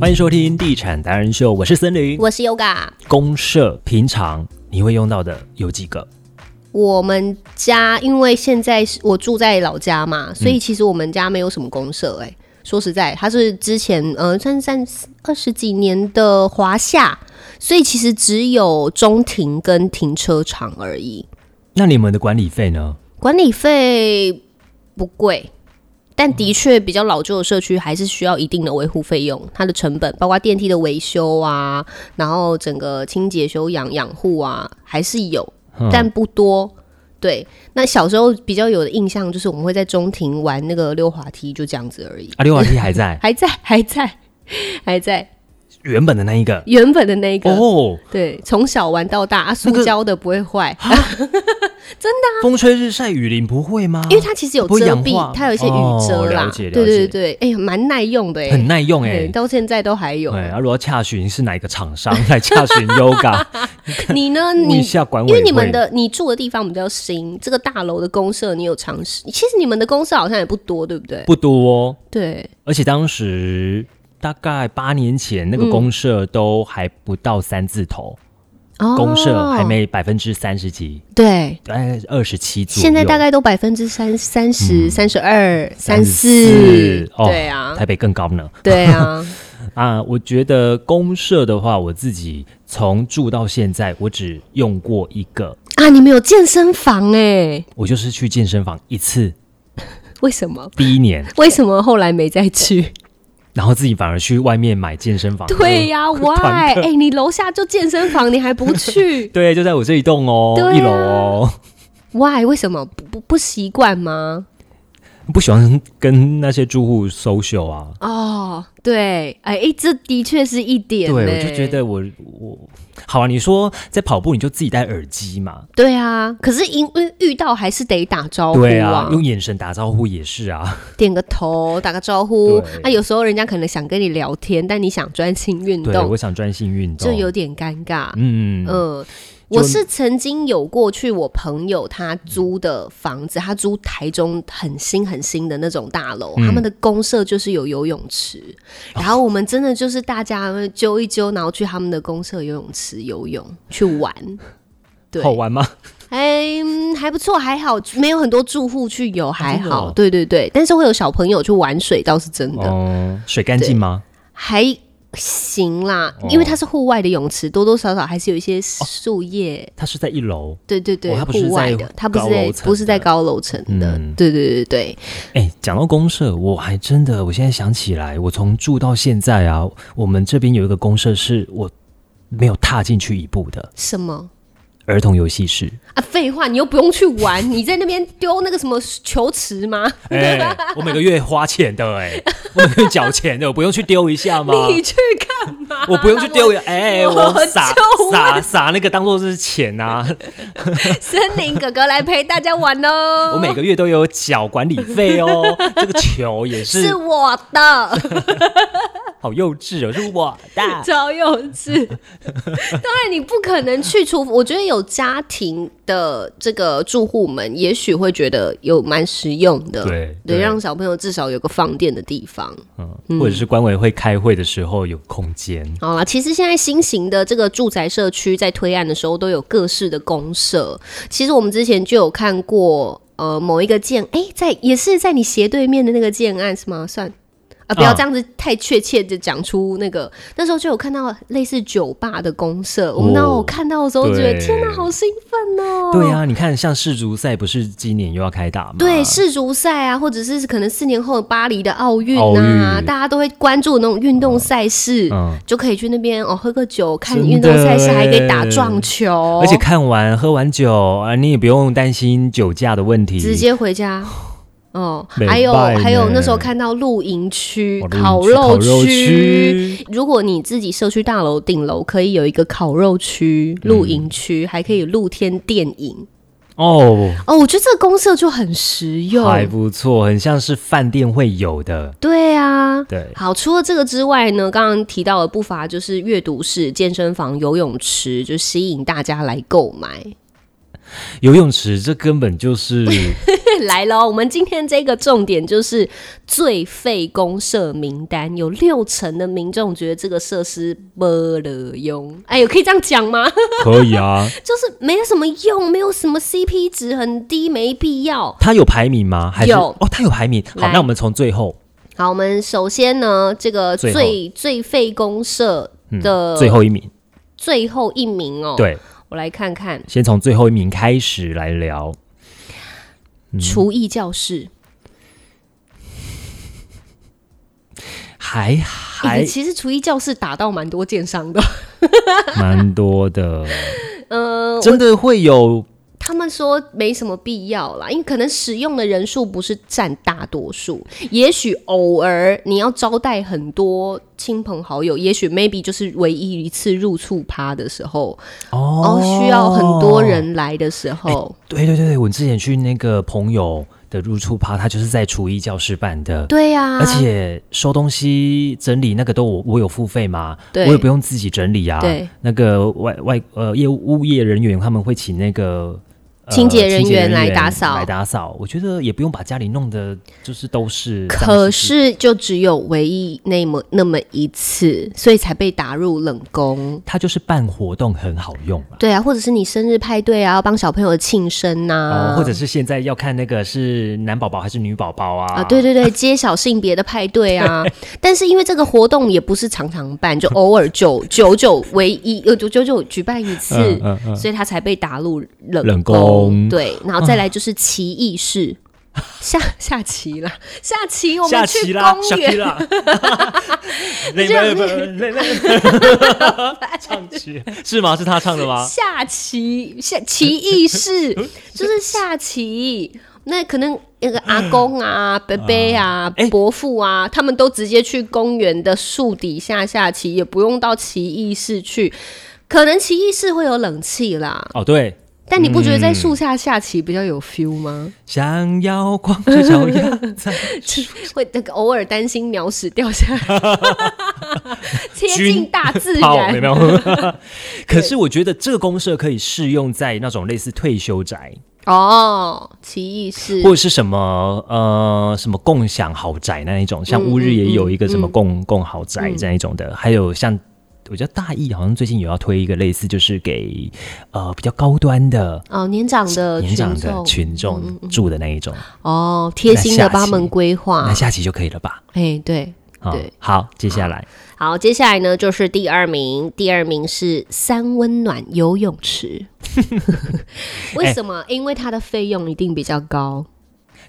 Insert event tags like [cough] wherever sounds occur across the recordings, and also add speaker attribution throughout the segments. Speaker 1: 欢迎收听《地产达人秀》，我是森林。
Speaker 2: 我是 Yoga。
Speaker 1: 公社平常你会用到的有几个？
Speaker 2: 我们家因为现在是我住在老家嘛，所以其实我们家没有什么公社、哎、说实在，它是之前呃三三二十几年的华夏，所以其实只有中庭跟停车场而已。
Speaker 1: 那你们的管理费呢？
Speaker 2: 管理费不贵，但的确比较老旧的社区还是需要一定的维护费用，它的成本包括电梯的维修啊，然后整个清洁修养养护啊，还是有。
Speaker 1: 嗯
Speaker 2: 但不多。对，那小时候比较有的印象就是我们会在中庭玩那个溜滑梯，就这样子而已，
Speaker 1: 啊，溜滑梯还
Speaker 2: [laughs]
Speaker 1: 在
Speaker 2: 还在，还在，还在
Speaker 1: 原本的那一个
Speaker 2: 原本的那一个。
Speaker 1: 哦，
Speaker 2: 对，从小玩到大，啊、塑
Speaker 1: 那个
Speaker 2: 胶的不会坏，
Speaker 1: 风吹日晒雨淋不会吗？
Speaker 2: 因为它其实有
Speaker 1: 嗯不会
Speaker 2: 遮
Speaker 1: 氧化
Speaker 2: 蔽，它有一些
Speaker 1: 哦
Speaker 2: 雨遮啦。
Speaker 1: 了解
Speaker 2: 对
Speaker 1: 了解
Speaker 2: 对对对，哎、蛮耐用的哎、
Speaker 1: 很耐用哎、
Speaker 2: 对，到现在都还有。
Speaker 1: 对，啊，如果要洽询是哪一个厂商来洽询 Yoga，
Speaker 2: 你
Speaker 1: [laughs]
Speaker 2: 呢？
Speaker 1: 问一
Speaker 2: [laughs] 你
Speaker 1: 下管委
Speaker 2: 因
Speaker 1: 会。
Speaker 2: 为你们的你住的地方比较新，这个大楼的公社你有尝试？其实你们的公社好像也不多，对不对？
Speaker 1: 不多、哦，
Speaker 2: 对，
Speaker 1: 而且当时大概八年前那个
Speaker 2: 嗯
Speaker 1: 公社都还不到三字头，
Speaker 2: 哦
Speaker 1: 公社还没百分之三十几，
Speaker 2: 对，
Speaker 1: 大概二十七左右。
Speaker 2: 现在大概都百分之三三
Speaker 1: 嗯
Speaker 2: 十、三十二、三
Speaker 1: 34
Speaker 2: 四，
Speaker 1: 哦
Speaker 2: 对啊，
Speaker 1: 台北更高呢。
Speaker 2: 对
Speaker 1: [laughs]
Speaker 2: 啊，
Speaker 1: 啊，我觉得公社的话，我自己从住到现在，我只用过一个，
Speaker 2: 啊，你们有健身房哎、
Speaker 1: 我就是去健身房一次，
Speaker 2: 为什么？
Speaker 1: 第一年，
Speaker 2: [laughs] 为什么后来没再去？
Speaker 1: 然后自己反而去外面买健身房。
Speaker 2: 对呀、w
Speaker 1: [laughs]
Speaker 2: [laughs] h
Speaker 1: 团
Speaker 2: y
Speaker 1: 课
Speaker 2: 哎、你楼下就健身房，你还不去
Speaker 1: 对，就在我这一栋哦，
Speaker 2: 对啊
Speaker 1: 一楼哦。
Speaker 2: [laughs] ？Why？为什么不不不习惯吗？
Speaker 1: 不喜欢跟那些住户 social 啊。
Speaker 2: 哦，对，哎、哎，这的确是一点、
Speaker 1: 对，我
Speaker 2: 哎
Speaker 1: 就觉得我我好啊。你说在跑步，你就自己戴耳机嘛？
Speaker 2: 对啊。可是因为遇到还是得打招呼
Speaker 1: 对啊，用眼神打招呼也是啊。
Speaker 2: 点个头，打个招呼
Speaker 1: 对。
Speaker 2: 啊，有时候人家可能想跟你聊天，但你想专心运
Speaker 1: 对，
Speaker 2: 动
Speaker 1: 我，想专心运动，
Speaker 2: 就有点尴尬。
Speaker 1: 嗯
Speaker 2: 嗯，我是曾经有过去我朋友他租的房子，他租台中很新很新的那种大楼，
Speaker 1: 嗯哦
Speaker 2: 他们的公社就是有游泳池，然后我们真的就是大家揪一揪，然后去他们的公社游泳池游泳去玩。对，
Speaker 1: 好玩吗？
Speaker 2: 哎、嗯还不错，还好，没有很多住户去游，还
Speaker 1: 真的
Speaker 2: 好。
Speaker 1: 哦
Speaker 2: 对对对，但是会有小朋友去玩水，倒是真的。
Speaker 1: 哦，水干净吗？
Speaker 2: 还行啦，
Speaker 1: 哦
Speaker 2: 因为它是户外的泳池，多多少少还是有一些树叶。
Speaker 1: 它是在一楼。
Speaker 2: 对对对，
Speaker 1: 哦它不是
Speaker 2: 户外
Speaker 1: 在
Speaker 2: 的，它不
Speaker 1: 高楼
Speaker 2: 是在
Speaker 1: 层的
Speaker 2: 不是在高楼层的。
Speaker 1: 嗯
Speaker 2: 对对对对，
Speaker 1: 哎，讲到公社，我还真的，我现在想起来，我从住到现在啊，我们这边有一个公社是我没有踏进去一步的
Speaker 2: 什么
Speaker 1: 儿童游戏室。
Speaker 2: 啊？废话，你又不用去
Speaker 1: [laughs]
Speaker 2: 玩，你在那边丢那个什么球池吗？ [laughs]
Speaker 1: 哎、我每个月花钱的哎、 [laughs] 我每个月缴钱的，我不用去丢一下吗？
Speaker 2: [laughs] 你去干嘛？
Speaker 1: 我不用去丢一，哎、
Speaker 2: 我
Speaker 1: 我撒
Speaker 2: 就问
Speaker 1: 撒撒那个当做是钱
Speaker 2: [laughs]
Speaker 1: 啊，
Speaker 2: 森林哥哥来陪大家玩哦
Speaker 1: 我
Speaker 2: 喽。
Speaker 1: 每个月都有缴管理费哦。这个球也是
Speaker 2: 是我
Speaker 1: [laughs]
Speaker 2: 的，
Speaker 1: 好幼稚哦，是我的。
Speaker 2: 超幼稚。当然你不可能去除，我觉得有家庭的这个住户们，也许会觉得有蛮实用的。
Speaker 1: 对
Speaker 2: 对，
Speaker 1: 对
Speaker 2: 让小朋友至少有个放电的地方。
Speaker 1: 嗯，或者是管委会开会的时候有空间。
Speaker 2: 好啦，其实现在新型的这个住宅社区在推案的时候都有各式的公社。其实我们之前就有看过，呃，某一个建，哎、在也是在你斜对面的那个建案是吗？算啊，不要
Speaker 1: 啊
Speaker 2: 这样子太确切的讲出那个。那时候就有看到类似酒吧的公社，我们那时候看到的时候觉得，
Speaker 1: 哦对
Speaker 2: 天哪、好兴奋哦、
Speaker 1: 对啊，你看像世足赛不是今年又要开打吗？
Speaker 2: 对世足赛啊，或者是可能四年后巴黎的奥运
Speaker 1: 奥
Speaker 2: 啊，
Speaker 1: 运
Speaker 2: 大家都会关注那种运动赛事，
Speaker 1: 嗯
Speaker 2: 就可以去那边哦喝个酒，看
Speaker 1: 真的
Speaker 2: 运动赛事，还可以打
Speaker 1: 耶
Speaker 2: 撞球，
Speaker 1: 而且看完喝完酒啊，你也不用担心酒驾的问题。
Speaker 2: 直接回家。哦，
Speaker 1: 美
Speaker 2: 还有
Speaker 1: 败呢
Speaker 2: 还有，那时候看到露营区
Speaker 1: 哦、
Speaker 2: 烤
Speaker 1: 肉
Speaker 2: 肉
Speaker 1: 区
Speaker 2: 区，如果你自己社区大楼顶楼可以有一个烤肉区、
Speaker 1: 嗯
Speaker 2: 露营区，还可以露天电影。
Speaker 1: 哦，
Speaker 2: 哦，我觉得这个公社就很实用。
Speaker 1: 还不错，很像是饭店会有的。
Speaker 2: 对啊，
Speaker 1: 对，
Speaker 2: 好，除了这个之外呢，刚刚提到的不乏就是阅读室、健身房、游泳池，就吸引大家来购买。
Speaker 1: 游泳池这根本就是
Speaker 2: 来喽！我们今天这个重点就是最废公社名单，有六成的民众觉得这个设施没了用。哎呦，可以这样讲吗？
Speaker 1: 可以啊。
Speaker 2: [laughs] 就是没有什么用，没有什么 CP 值很低，没必要。
Speaker 1: 它有排名吗？还是
Speaker 2: 有
Speaker 1: 哦，它有排名。好，
Speaker 2: 来
Speaker 1: 那我们从最后
Speaker 2: 好，我们首先呢，这个
Speaker 1: 最后嗯
Speaker 2: 最最废公社的
Speaker 1: 最后一名，
Speaker 2: 最后一名哦，，
Speaker 1: 对，
Speaker 2: 我来看看
Speaker 1: 先从最后一名开始来聊。嗯
Speaker 2: 厨艺教室，
Speaker 1: 还
Speaker 2: 哎
Speaker 1: 还
Speaker 2: 其实厨艺教室打到蛮多建商的， [laughs]
Speaker 1: 蛮多的，
Speaker 2: 嗯、
Speaker 1: 真的会有
Speaker 2: 他们说没什么必要啦，因为可能使用的人数不是占大多数，也许偶尔你要招待很多亲朋好友，也许 maybe 就是唯一一次入厝趴的时候，
Speaker 1: 哦哎
Speaker 2: 哦，需要很多。人来的时候，
Speaker 1: 对对对对，我之前去那个朋友的入处趴，他就是在厨艺教室办的。
Speaker 2: 对呀、啊，
Speaker 1: 而且收东西、整理那个都我我有付费嘛，我
Speaker 2: 对
Speaker 1: 也不用自己整理啊。
Speaker 2: 对，
Speaker 1: 那个外外呃业务物业人员他们会请那个。呃
Speaker 2: 清洁人员
Speaker 1: 清员
Speaker 2: 来打扫
Speaker 1: 来打扫，我觉得也不用把家里弄得就是都是脏兮兮。
Speaker 2: 可是就只有唯一那么那么一次，所以才被打入冷宫。
Speaker 1: 它就是办活动很好用啊，
Speaker 2: 对啊，或者是你生日派对啊，要帮小朋友庆生啊呐、
Speaker 1: 哦，或者是现在要看那个是男宝宝还是女宝宝啊？
Speaker 2: 啊，对对对，揭晓性别的派对啊。 [laughs] 但是因为这个活动也不是常常办，就偶尔
Speaker 1: [laughs]
Speaker 2: 久久久为一，呃，久久久举办一次，
Speaker 1: 嗯嗯嗯
Speaker 2: 所以他才被打入冷
Speaker 1: 冷宫啊
Speaker 2: 宫。对，然后再来就是棋艺室。下下棋啦，下棋我们
Speaker 1: 下
Speaker 2: 去
Speaker 1: 棋啦，
Speaker 2: 公
Speaker 1: 下
Speaker 2: 园
Speaker 1: 棋
Speaker 2: [laughs]
Speaker 1: 啦，那那那那
Speaker 2: [laughs]
Speaker 1: 那唱起是吗？是他唱的吗？
Speaker 2: 下棋下棋艺
Speaker 1: [laughs]
Speaker 2: 室就是下棋，那可能那个阿公啊、伯伯啊、
Speaker 1: 哎
Speaker 2: 伯父啊，他们都直接去公园的树底下下棋，也不用到棋艺室去。可能棋艺室会有冷气啦，
Speaker 1: 哦，对，
Speaker 2: 但你不觉得在树下下棋比较有 feel
Speaker 1: 嗯
Speaker 2: 吗？
Speaker 1: 想要光着脚丫在
Speaker 2: 会那个偶尔担心鸟屎掉下来，
Speaker 1: [laughs]
Speaker 2: 贴近
Speaker 1: 均
Speaker 2: 大 [laughs] 自
Speaker 1: 跑，有
Speaker 2: 然
Speaker 1: 没。有？ [laughs] 可是我觉得这个公社可以适用在那种类似退休宅，
Speaker 2: 哦，棋艺室
Speaker 1: 或者是什么呃什么共享豪宅那一种，
Speaker 2: 嗯
Speaker 1: 像乌日也有一个什么共、共豪宅这样一种的，还有像我觉得大义好像最近有要推一个类似，就是给呃比较高端的。
Speaker 2: 哦，年长的
Speaker 1: 年长的
Speaker 2: 众嗯
Speaker 1: 群众住的那一种，
Speaker 2: 哦，贴心
Speaker 1: 那
Speaker 2: 的
Speaker 1: 下棋
Speaker 2: 帮他们规划
Speaker 1: 那。下棋就可以了吧？
Speaker 2: 哎，对，
Speaker 1: 啊、
Speaker 2: 啊对
Speaker 1: 好，接下来
Speaker 2: 好，接下来呢就是第二名，第二名是三温暖游泳
Speaker 1: [laughs]
Speaker 2: 池。为什么？因为它的费用一定比较高。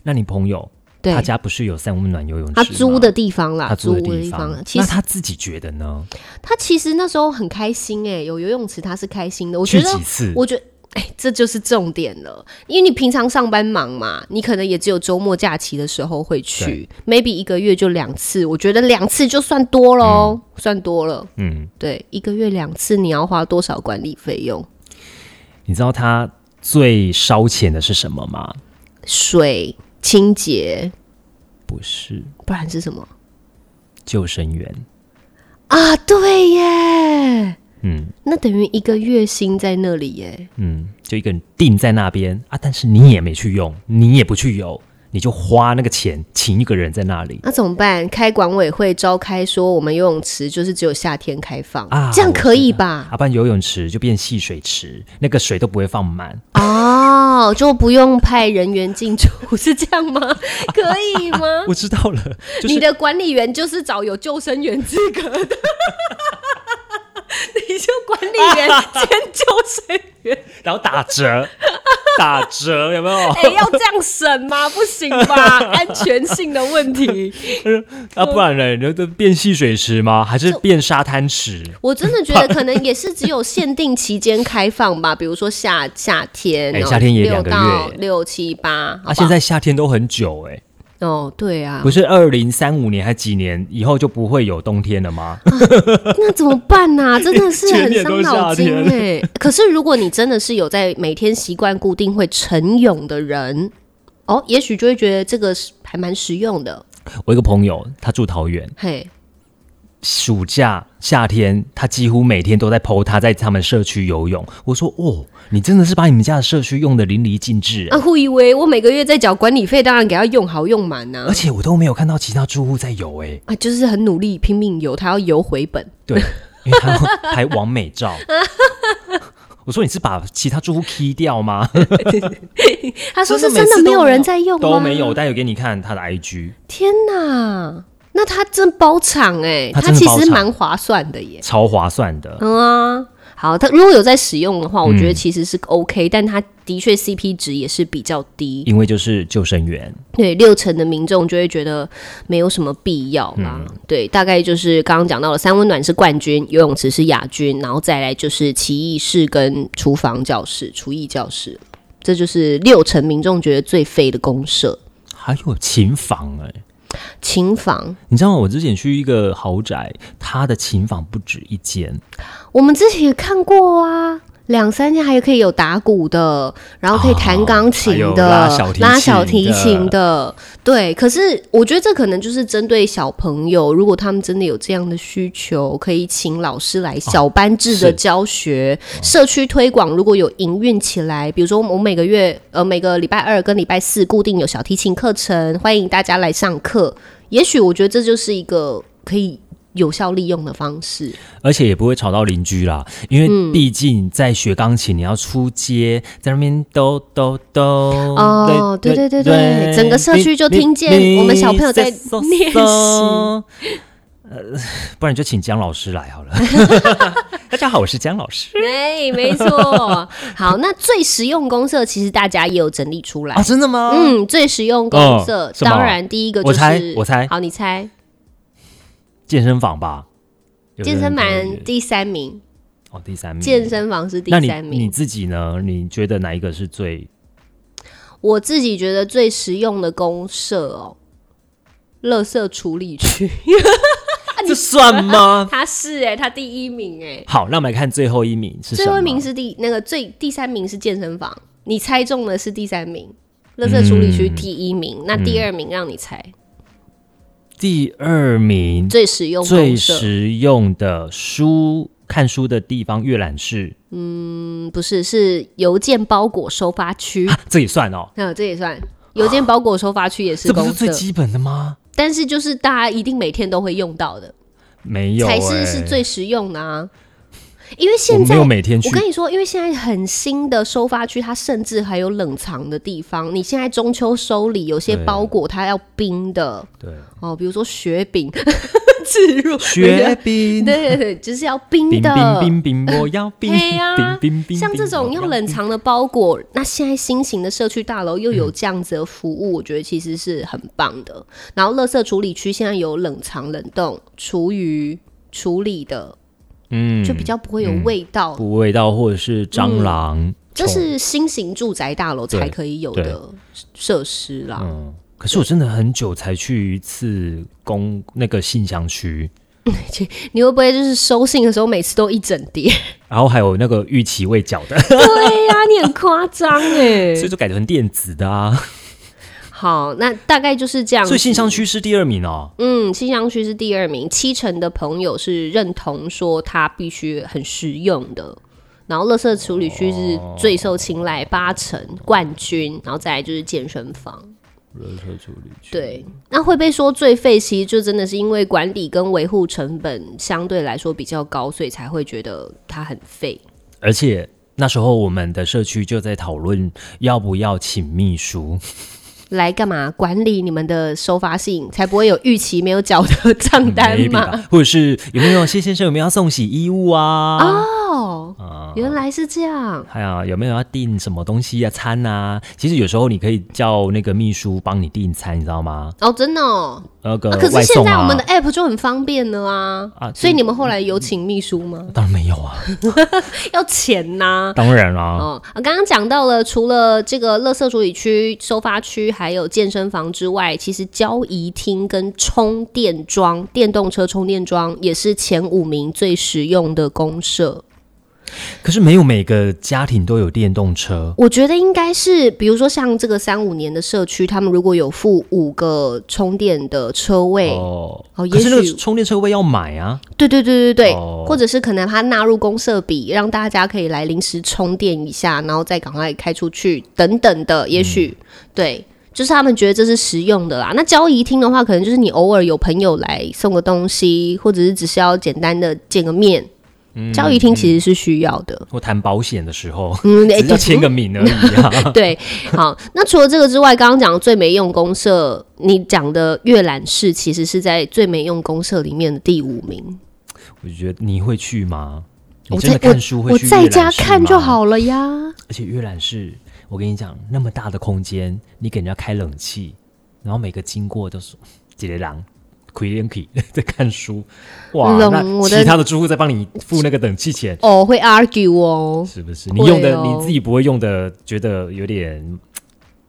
Speaker 1: 那你朋友
Speaker 2: 对
Speaker 1: 他，家不是有三温暖游泳池
Speaker 2: 他
Speaker 1: 吗？
Speaker 2: 租的地方啦，
Speaker 1: 他租的地
Speaker 2: 地方。其
Speaker 1: 那
Speaker 2: 实
Speaker 1: 他自己觉得呢？
Speaker 2: 他其实那时候很开心哎、有游泳池他是开心的。我觉
Speaker 1: 去
Speaker 2: 得
Speaker 1: 几次？
Speaker 2: 我觉得。哎，这就是重点了，因为你平常上班忙嘛，你可能也只有周末假期的时候会去，maybe 一个月就两次，我觉得两次就算多了哦，算多了。
Speaker 1: 嗯，
Speaker 2: 对，一个月两次，你要花多少管理费用？
Speaker 1: 你知道他最烧钱的是什么吗？
Speaker 2: 水、清洁，
Speaker 1: 不是
Speaker 2: 不然是什么
Speaker 1: 救生员，
Speaker 2: 啊？对耶，
Speaker 1: 嗯
Speaker 2: 那等于一个月薪在那里耶。
Speaker 1: 嗯，就一个人定在那边啊，但是你也没去用，你也不去游，你就花那个钱请一个人在那里。
Speaker 2: 那怎么办？开管委会召开说，我们游泳池就是只有夏天开放，
Speaker 1: 啊
Speaker 2: 这样可以
Speaker 1: 啊，
Speaker 2: 吧？
Speaker 1: 不然游泳池就变戏水池，那个水都不会放满。
Speaker 2: 哦，就不用派人员进出，是这 [laughs] 样吗？可以吗？
Speaker 1: 我知道了，就
Speaker 2: 你
Speaker 1: 是
Speaker 2: 的管理员就是找有救生员资格 [laughs] 的，你就管理员兼救生员。 [laughs]
Speaker 1: 然后打折，打折有没有？
Speaker 2: 哎、要这样审吗？不行 [laughs] 吧，安全性的问题。
Speaker 1: 啊，不然呢？你就变戏水池吗？还是变沙滩池？
Speaker 2: 我真的觉得可能也是只有限定期间开放吧，比如说夏夏天，
Speaker 1: 哎
Speaker 2: 然后
Speaker 1: 夏天也
Speaker 2: 六
Speaker 1: 两个月
Speaker 2: 到六七八。好
Speaker 1: 啊，
Speaker 2: 吧
Speaker 1: 现在夏天都很久哎、
Speaker 2: 哦，对啊
Speaker 1: 不，是二零三五年还几年以后就不会有冬天了吗？ [laughs]
Speaker 2: 那怎么办呐、真的是很伤脑筋
Speaker 1: 全年都夏
Speaker 2: 哎、可是如果你真的是有在每天习惯固定会晨泳的人，哦，也许就会觉得这个是还蛮实用的。
Speaker 1: 我一个朋友他住桃园，
Speaker 2: 嘿，
Speaker 1: 暑假、夏天，他几乎每天都在 PO 他在他们社区游泳。我说哦，你真的是把你们家的社区用的淋漓尽致、欸
Speaker 2: 啊，互以为我每个月在缴管理费，当然给他用好用满呐、
Speaker 1: 而且我都没有看到其他住户在游哎、
Speaker 2: 啊，就是很努力拼命游，他要游回本。
Speaker 1: 对，因为他拍完美照。我说你是把其他住户踢掉吗？
Speaker 2: 他说是
Speaker 1: 每
Speaker 2: 真
Speaker 1: 次都
Speaker 2: 的没有人在用吗？
Speaker 1: 都没有。我待会给你看他的 IG，
Speaker 2: 天哪，那他真包场哎、
Speaker 1: 他
Speaker 2: 他
Speaker 1: 真的
Speaker 2: 其
Speaker 1: 包
Speaker 2: 实
Speaker 1: 场
Speaker 2: 蛮划算的耶。
Speaker 1: 超划算的。
Speaker 2: 嗯啊，好，他如果有在使用的话，我觉得其实是 OK，、但他的确 CP 值也是比较低，
Speaker 1: 因为就是救生员，
Speaker 2: 对六成的民众就会觉得没有什么必要啦。对，大概就是刚刚讲到了，三温暖是冠军，游泳池是亚军，然后再来就是奇艺室跟厨房教室、厨艺教室，这就是六成民众觉得最废的公社。
Speaker 1: 还有琴房哎、
Speaker 2: 琴房，
Speaker 1: 你知道我之前去一个豪宅，它的琴房不止一间，
Speaker 2: 我们之前也看过啊，两三家还可以有打鼓的，然后可以弹钢琴的、
Speaker 1: 哦哦还有拉小提琴的
Speaker 2: 小提琴的，对。可是我觉得这可能就是针对小朋友，如果他们真的有这样的需求，可以请老师
Speaker 1: 哦
Speaker 2: 来小班制的
Speaker 1: 是
Speaker 2: 教学，社区推广如果有营运起来，比如说我每个月呃每个礼拜二跟礼拜四固定有小提琴课程，欢迎大家来上课。也许我觉得这就是一个可以有效利用的方式。
Speaker 1: 而且也不会吵到邻居啦，因为
Speaker 2: 嗯
Speaker 1: 毕竟在学钢琴，你要出街，在那边抖抖抖。
Speaker 2: 哦对对对对整个社区就听见
Speaker 1: 你你
Speaker 2: 我们小朋友在
Speaker 1: 你嗦嗦
Speaker 2: 练习
Speaker 1: 呃，不然就请姜老师来好
Speaker 2: [laughs]
Speaker 1: 了。大家好，我是姜老师
Speaker 2: 对，没错。好，那最实用公社其实大家也有整理出来。
Speaker 1: 啊，真的吗？
Speaker 2: 嗯，最实用公社，
Speaker 1: 嗯什么
Speaker 2: 当然第一个就是
Speaker 1: 我猜我猜
Speaker 2: 好，你猜
Speaker 1: 健身房吧，有的
Speaker 2: 健身
Speaker 1: 人
Speaker 2: 房
Speaker 1: 可能
Speaker 2: 第三名，
Speaker 1: 哦第三名，
Speaker 2: 健身房是第
Speaker 1: 那
Speaker 2: 三
Speaker 1: 你你
Speaker 2: 名。
Speaker 1: 自己呢？你觉得哪一个是最
Speaker 2: 我自己觉得最实用的公社哦，垃圾处理
Speaker 1: [laughs]
Speaker 2: 区，啊
Speaker 1: 这算吗？
Speaker 2: 它是哎、它第一名哎、
Speaker 1: 好，那我们来看最后一名是什
Speaker 2: 最
Speaker 1: 么？
Speaker 2: 后一名是第那个最第三名是健身房，你猜中的是第三名，垃圾处理区
Speaker 1: 嗯
Speaker 2: 第一名。那第二名让你猜、
Speaker 1: 第二名，
Speaker 2: 最实用
Speaker 1: 最
Speaker 2: 公社。
Speaker 1: 实用的书看书的地方阅览室、
Speaker 2: 嗯不是，是邮件包裹收发区。
Speaker 1: 啊，这也算哦，
Speaker 2: 那、这也算邮件包裹收发区也是
Speaker 1: 这不
Speaker 2: 公
Speaker 1: 是
Speaker 2: 社
Speaker 1: 最，基本的吗？
Speaker 2: 但是就是大家一定每天都会用到的，
Speaker 1: 没有、欸，欸
Speaker 2: 才是是最实用的啊。因为
Speaker 1: 我
Speaker 2: 现
Speaker 1: 没
Speaker 2: 在
Speaker 1: 有每天去
Speaker 2: 我跟你说，因为现在很新的收发区，它甚至还有冷藏的地方。你现在中秋收礼，有些
Speaker 1: 对
Speaker 2: 包裹它要冰的
Speaker 1: 对
Speaker 2: 哦，比如说雪饼 [laughs] 置入
Speaker 1: 雪冰。
Speaker 2: 对对对，就是要冰
Speaker 1: 冰
Speaker 2: 的。
Speaker 1: 冰冰冰，我要冰
Speaker 2: 嘿呀
Speaker 1: 冰冰冰。嗯
Speaker 2: 像这种
Speaker 1: 我
Speaker 2: 要冷藏的包裹，那现在新型的社区大楼又有这样子的服务，我觉得其实是很棒的。然后，垃圾处理区现在有冷藏、冷冻、厨余处理的，
Speaker 1: 嗯，
Speaker 2: 就比较不会有味道。
Speaker 1: 不味道或者是蟑螂，
Speaker 2: 这
Speaker 1: 虫
Speaker 2: 是新型住宅大楼才可以有
Speaker 1: 对
Speaker 2: 的设施啦。
Speaker 1: 嗯。可是我真的很久才去一次公那个信箱区，
Speaker 2: 你会不会就是收信的时候，每次都一整叠？ [laughs]
Speaker 1: 然后还有那个预期未缴的，
Speaker 2: 对呀、你很夸 [laughs] 张
Speaker 1: [laughs]
Speaker 2: 哎
Speaker 1: 所以。就改成电子的啊。
Speaker 2: 好，那大概就是这样子。
Speaker 1: 所以信箱区是第二名哦。
Speaker 2: 嗯，新乡区是第二名，七成的朋友是认同说它必须很实用的。然后，垃圾处理区是最受青睐，八成冠军，然后再来就是健身房。对，那会被说最费，其实就真的是因为管理跟维护成本相对来说比较高，所以才会觉得它很费。
Speaker 1: 而且那时候我们的社区就在讨论要不要请秘书，
Speaker 2: 来干嘛？管理你们的收发信，才不会有预期没有缴的账 [laughs] 单
Speaker 1: maybe
Speaker 2: 嘛？
Speaker 1: 吧，或者是有没有谢先生有没有要送洗衣物啊？
Speaker 2: 哦，
Speaker 1: 啊，
Speaker 2: 原来是这样。
Speaker 1: 还有有没有要订什么东西啊？餐啊？其实有时候你可以叫那个秘书帮你订餐，你知道吗？
Speaker 2: 哦，真的哦，
Speaker 1: 那个
Speaker 2: 啊可
Speaker 1: 外
Speaker 2: 是现
Speaker 1: 送
Speaker 2: 在我
Speaker 1: 啊
Speaker 2: 们的。app 就很方便了啊，
Speaker 1: 啊
Speaker 2: 所以你们后来有请秘书吗？
Speaker 1: 当然没有啊，
Speaker 2: 要钱呐、
Speaker 1: 当然啦、
Speaker 2: 哦，啊刚刚讲到了，除了这个垃圾处理区、收发区，还有健身房之外，其实交易厅跟充电桩、电动车充电桩也是前五名最实用的公社。
Speaker 1: 可是没有每个家庭都有电动车，
Speaker 2: 我觉得应该是，比如说像这个三五年的社区，他们如果有附五个充电的车位，
Speaker 1: 哦，
Speaker 2: 哦
Speaker 1: 可是那
Speaker 2: 也许
Speaker 1: 个充电车位要买啊，
Speaker 2: 对对对对对，
Speaker 1: 哦
Speaker 2: 或者是可能它纳入公社比，让大家可以来临时充电一下，然后再赶快开出去等等的，也许、
Speaker 1: 嗯
Speaker 2: 对。就是他们觉得这是实用的啦。那交易厅的话，可能就是你偶尔有朋友来送个东西，或者是只是要简单的见个面。
Speaker 1: 嗯
Speaker 2: 交易厅其实是需要的。
Speaker 1: 我谈保险的时候，
Speaker 2: 嗯，
Speaker 1: 只
Speaker 2: 哎
Speaker 1: 是要签个名而已啊。
Speaker 2: [laughs] 对，好，那除了这个之外，刚刚讲的最没用公社，你讲的阅览室其实是在最没用公社里面的第五名。
Speaker 1: 我觉得你会去吗？你
Speaker 2: 我
Speaker 1: 真的
Speaker 2: 在
Speaker 1: 看书会
Speaker 2: 我
Speaker 1: 去
Speaker 2: 在
Speaker 1: 阅
Speaker 2: 家
Speaker 1: 览室
Speaker 2: 看就
Speaker 1: 吗。
Speaker 2: 好了呀。
Speaker 1: 而且阅览室，我跟你讲，那么大的空间，你给人家开冷气，然后每个经过都嗯是几个狼。亏连亏在看书，哇！
Speaker 2: 冷
Speaker 1: 那
Speaker 2: 我的
Speaker 1: 其他的住户在帮你付那个冷气钱，
Speaker 2: 哦，会 argue 哦。
Speaker 1: 是不是？
Speaker 2: 会
Speaker 1: 你用的、
Speaker 2: 哦
Speaker 1: 你自己不会用的，觉得有点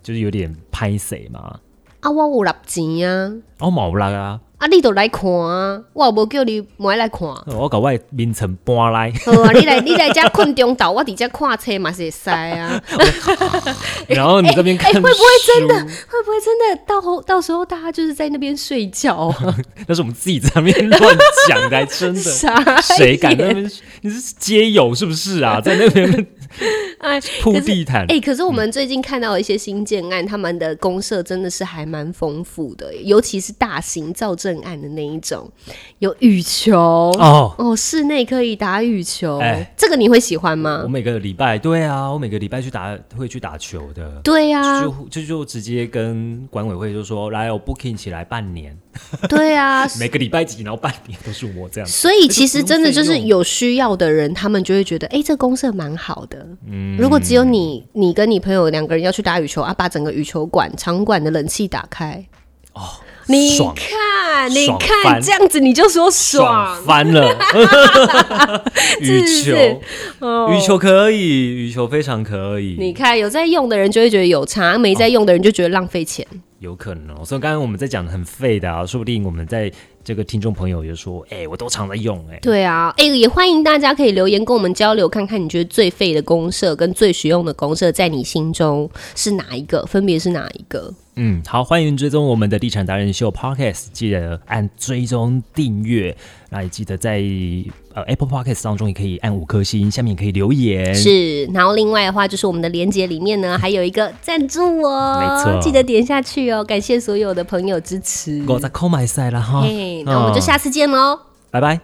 Speaker 1: 就是有点拍谁嘛？
Speaker 2: 啊，我有六钱啊，
Speaker 1: 哦，冇啦啊！
Speaker 2: 啊，你都来看啊，我无叫你买来看。 [laughs] 好
Speaker 1: 我搞外名层搬来，
Speaker 2: 啊，你来你来这困中岛，我伫这看车嘛是会
Speaker 1: [laughs]
Speaker 2: 使啊。
Speaker 1: 然后你这边看、
Speaker 2: [laughs] 哎
Speaker 1: 书，
Speaker 2: 会不会真的？会不会真的到后到时候大家就是在那边睡觉
Speaker 1: [laughs]
Speaker 2: 啊？
Speaker 1: 那是我们自己在那边乱讲的，还真的。[laughs]
Speaker 2: 傻
Speaker 1: 谁敢那
Speaker 2: 眼
Speaker 1: 边？你是街友是不是啊？在那边
Speaker 2: [laughs] 哎
Speaker 1: 铺地嗯毯
Speaker 2: 哎、，可是我们最近看到的一些新建案，他们的公社真的是还蛮丰富的，尤其是大型造镇案的那一种，有羽球
Speaker 1: 哦，
Speaker 2: 哦，室内可以打羽球，
Speaker 1: 哎
Speaker 2: 这个你会喜欢吗
Speaker 1: 我？每个礼拜对啊，我每个礼拜去打会去打球的。
Speaker 2: 对啊呀、
Speaker 1: 就就就直接跟管委会就说，来我 booking 起来半年，
Speaker 2: 对呀、
Speaker 1: [laughs] 每个礼拜几，然后半年都是我这样子。
Speaker 2: 所以其实真的就是
Speaker 1: 那就不用费用
Speaker 2: 有需要的人，他们就会觉得，哎、这公社蛮好的。嗯，如果只有你，你跟你朋友两个人要去打羽球啊，把整个羽球馆场馆的冷气打开。哦，你
Speaker 1: 爽
Speaker 2: 看，你
Speaker 1: 爽
Speaker 2: 看，
Speaker 1: 翻
Speaker 2: 这样子你就说爽
Speaker 1: 爽。翻
Speaker 2: [laughs]
Speaker 1: 了，羽
Speaker 2: 是
Speaker 1: 球，
Speaker 2: 哦
Speaker 1: 羽球可以，羽球非常可以。
Speaker 2: 你看，有在用的人就会觉得有差，没在用的人就觉得浪费钱。
Speaker 1: 有可能哦，所以刚刚我们在讲很废的啊，说不定我们在这个听众朋友就说，哎、我都常在用、哎，
Speaker 2: 对啊，哎、也欢迎大家可以留言跟我们交流，看看你觉得最废的公社跟最实用的公社，在你心中是哪一个，分别是哪一个？
Speaker 1: 嗯，好，欢迎追踪我们的地产达人秀 Podcast，记得按追踪订阅，那也记得在呃 Apple Podcast 当中也可以按五颗星，下面也可以留言，
Speaker 2: 是，然后另外的话就是我们的链接里面呢，还有一个赞助哦，
Speaker 1: 没错
Speaker 2: 记得点下去哦，感谢所有的朋友支持。
Speaker 1: 我在 call my side 了哈
Speaker 2: 嘿，，那我们就
Speaker 1: 嗯
Speaker 2: 下次见喽。
Speaker 1: 拜拜。